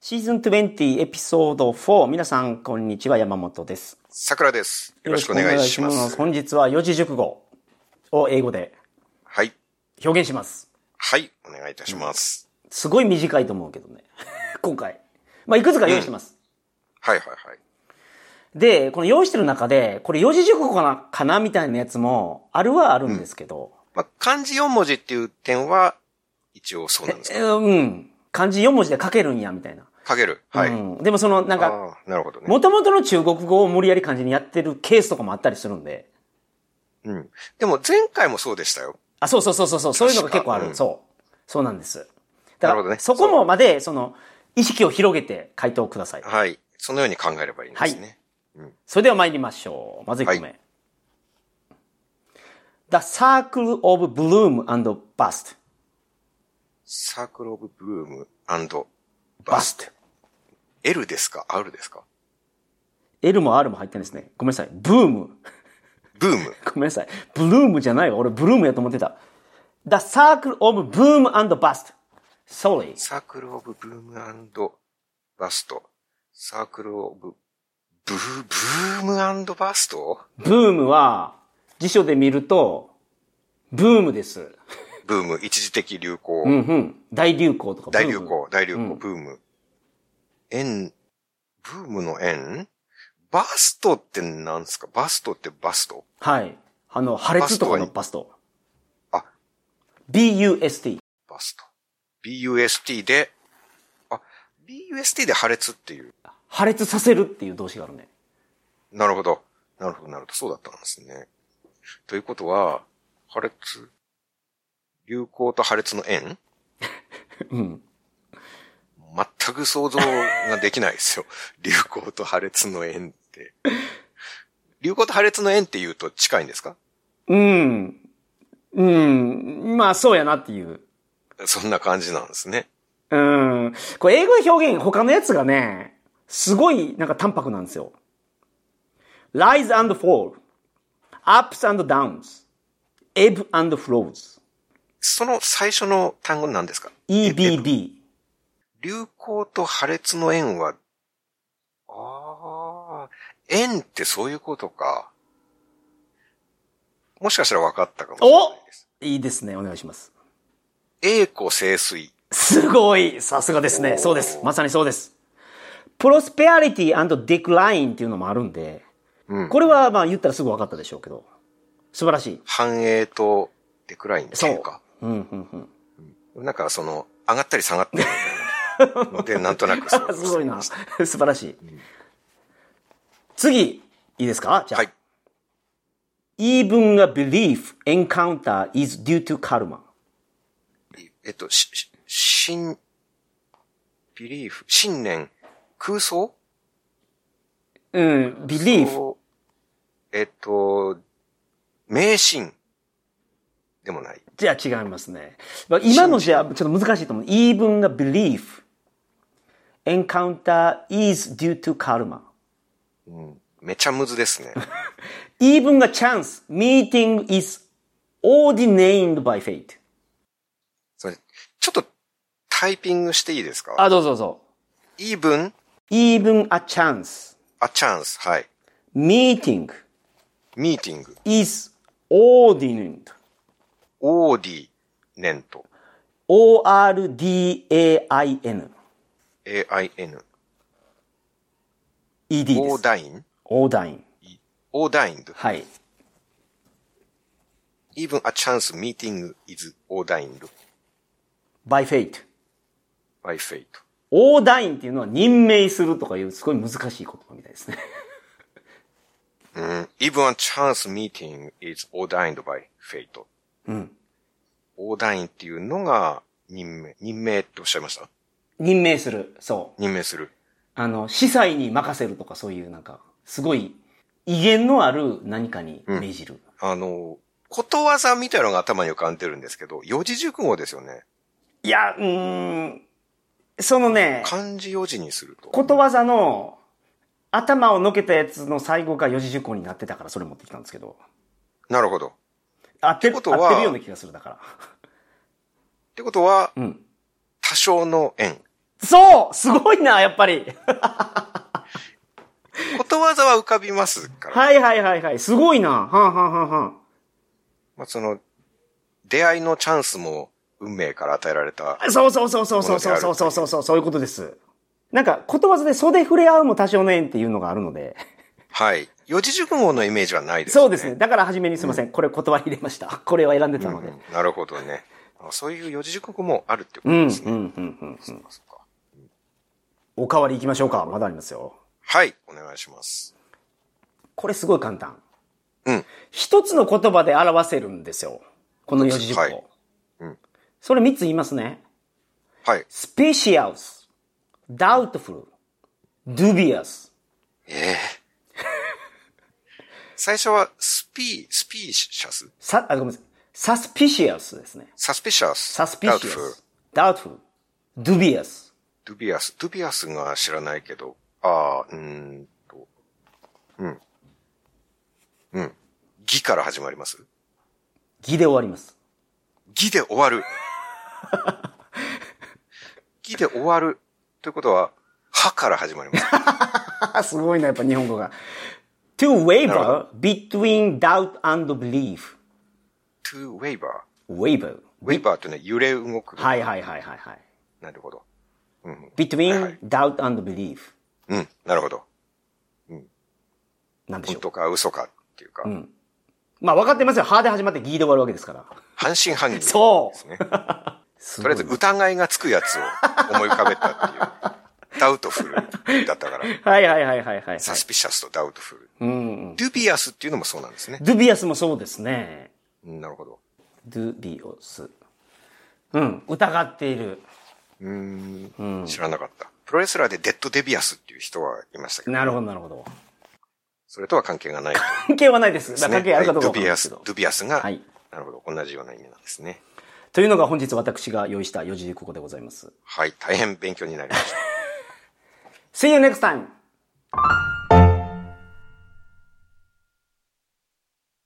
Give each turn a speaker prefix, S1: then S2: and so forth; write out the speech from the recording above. S1: シーズン20エピソード4。皆さん、こんにちは。山本です。
S2: 桜です。よろしくお願いしま
S1: よろ
S2: す
S1: く。お願いします本日は四字熟語を英語で
S2: はい。
S1: 表現します。
S2: はい。お願いいたします。
S1: すごい短いと思うけどね。 今回。まあ、いくつか用意してます。
S2: はいはいはい。
S1: で、この用意してる中で、これ四字熟語かな、かなみたいなやつも、あるはあるんですけど、
S2: まあ、漢字4文字っていう点は、一応そうなんです
S1: えー
S2: か
S1: うん。漢字4文字で書けるんや、みたいな。
S2: かける。はい。
S1: うん、でもその、なんか、
S2: ああ、なるほどね。
S1: 元々の中国語を無理やり漢字にやってるケースとかもあったりするんで。
S2: うん。でも前回もそうでしたよ。
S1: あ、そうそうそうそうそう、そういうのが結構ある。
S2: 確かうん
S1: そう。そうなんです。だか
S2: なるほ
S1: ら、
S2: どね
S1: そこもまで、その、意識を広げて回答ください。
S2: はい。そのように考えればいいんですね。
S1: それでは参りましょう。まず1個目。
S2: は
S1: The Circle of Bloom and Bust.
S2: サークルオブブルームバス。
S1: Bust.
S2: L ですか ?R ですか
S1: L も R も入ってるんですね。ごめんなさい。ブーム。
S2: ブーム。
S1: ごめんなさい。ブルームじゃないわ。俺、ブルームやと思ってた。The Circle of Bloom and Bust. Sorry.
S2: サークルオブブームバスト。サークルオブ、ブー、ブームバスト
S1: ブームは、辞書で見ると、ブームです。
S2: ブーム、一時的流行。
S1: うんうん。大流行とか。
S2: 大
S1: ブー
S2: 流
S1: ム。
S2: 行、大流行、
S1: ん
S2: ブーム。円、ブームの円バストって何すかバストってバスト
S1: はい。あの、破裂とかのバスト。
S2: あ、
S1: BUST。
S2: バスト。BUST で、あ、BUST で破裂っていう。
S1: 破裂させるっていう動詞があるね。
S2: なるほど。なるほど、なるほど。そうだったんですね。ということは、破裂、流行と破裂の円
S1: うん。
S2: 全く想像ができないです よ。流行と破裂の円って。流行と破裂の円って言うと近いんですか
S1: うん。うん。まあ、そうやなっていう。
S2: そんな感じなんですね。
S1: うん。これ英語の表現、他のやつがね、すごいなんか淡白なんですよ。rise and fall, ups and downs, ebb and flows,
S2: その最初の単語なんですか
S1: EBD。
S2: 流行と破裂の円は、ああ、円ってそういうことか。もしかしたら分かったかもしれないです。
S1: いいですね。お願いします。
S2: 栄枯盛衰。
S1: すごいさすがですね。そうです。まさにそうです。プロスペアリティ and decline っていうのもあるんで、
S2: うん
S1: これはまあ言ったらすぐ分かったでしょうけど、素晴らし い。
S2: 繁栄とデクラインって
S1: そ
S2: いううか。。
S1: うん、うん、うん。
S2: なんかその、上がったり下がったりみた いなので、なんとなくそう
S1: あ すごいな。素晴らしい。次、いいですかじゃあ。
S2: はい。
S1: Even a belief encounter is due to karma.
S2: えっと、し、し信、ビリーフ、信念、空想
S1: うん、belief。
S2: そうえっと、迷信でもない。
S1: じゃあ違いますね。まあ今のじゃあちょっと難しいと思う。Even a belief encounter is due to karma.
S2: めちゃむずで すね。
S1: Even a chance meeting is ordained by fate.
S2: それちょっとタイピングしていいですか
S1: あ、どうぞどうぞ。
S2: ?even,
S1: Even a chance
S2: a chance, はい。
S1: meeting
S2: meeting,
S1: is ordained.
S2: ordinate,
S1: O-R-D-A-I-N.
S2: a-i-n,
S1: ED です
S2: ordine,
S1: オーダイン。
S2: ordined,
S1: はい。
S2: even a chance meeting is ordined
S1: by fate.
S2: by fate.
S1: オーダインっていうのは任命するとかいうすごい難しい言葉みたいですね。
S2: うん even a chance meeting is ordined by fate. うん。ordine っていうのが任命、任命っておっしゃいました
S1: 任命する。そう。
S2: 任命する。
S1: あの、司祭に任せるとかそういうなんか、すごい威厳のある何かに命じる。
S2: あの、ことわざみたいなのが頭に浮かんでるんですけど、四字熟語ですよね。
S1: いや、うーん。そのね、
S2: 漢字四字にすると。
S1: ことわざの頭をのけたやつの最後が四字熟語になってたからそれ持ってきたんですけど。
S2: なるほど。っ
S1: 合ってる、
S2: ってことは
S1: 合ってるような気がするだから。
S2: てことは、
S1: うん。
S2: 多少の円。
S1: そうすごいな、やっぱり。
S2: ことわざは浮かびますから。
S1: はいはいはいはい。すごいな。はんはんはんはん。
S2: まあ、その、出会いのチャンスも運命から与えられた。
S1: そうそうそうそうそうそうそうそうそうそうそういうことです。なんか、ことわざで袖触れ合うも多少の縁っていうのがあるので。
S2: はい。四字熟語のイメージはないですね。
S1: そうですね。だから初めにすいません。これ言葉入れました。これは選んでたので。
S2: うんなるほどね。あそういう四字熟語もあるってこ
S1: う
S2: と
S1: ん、うん、う
S2: で
S1: ん、
S2: す
S1: う
S2: ね。
S1: んうん。
S2: そうかそうか
S1: おかわり行きましょうか。まだありますよ。
S2: はい。お願いします。
S1: これすごい簡単。
S2: うん。
S1: 一つの言葉で表せるんですよ。この四字熟語。
S2: はいうん
S1: それ三つ言いますね。
S2: はい。
S1: spacious, doubtful, dubious.
S2: ええ 最初は、スピー、スピーシャス
S1: さ、あ、ごめんなさい。suspicious ですね。
S2: サスピシャス。
S1: suspicious, doubtful, dubious.
S2: ドゥビアス。ドゥビアスが知らないけど、ああ、うーんと。うん。うん。ギから始まります
S1: 義で終わります。
S2: ギで終 わる。ギで終わる。ということは、歯から始まります。
S1: あ、 すごいな、やっぱ日本語が。to
S2: なる
S1: waver between doubt and belief.
S2: to waver.
S1: waver.
S2: waver というのは揺れ動く。
S1: はいはいはいはいはい。
S2: なるほど。
S1: between doubt and belief.
S2: うん、なるほど。
S1: なんでしょ
S2: 本
S1: う。
S2: 当か嘘かっていうか、
S1: まあ分かってますよ。歯で始まって義で終わるわけですから。
S2: 半信半疑ですね。
S1: そう
S2: とりあえず疑いがつくやつを思い浮かべたっていう。ダウトフルだったから。
S1: はいはいはいはいはい。
S2: サスピシャスとダウトフル。ドゥビアスっていうのもそうなんですね。
S1: ドゥビアスもそうですね。
S2: うんなるほど。
S1: ドゥビオス。うん、疑っている。
S2: うーん。知らなかった。プロレスラーでデッドデビアスっていう人はいましたけど、
S1: なるほどなるほど。
S2: それとは関係がないという
S1: 関係はないです。
S2: ですね。
S1: 関係あるかどうか
S2: は
S1: わかんな
S2: いドゥ
S1: い
S2: ビ
S1: で
S2: ア
S1: す
S2: ス
S1: けど、。
S2: ドゥビアスが、
S1: はい
S2: なるほど。同じような意味なんですね。
S1: というのが本日私が用意した四字熟語でございます。
S2: はい。大変勉強になりました。
S1: See you next time!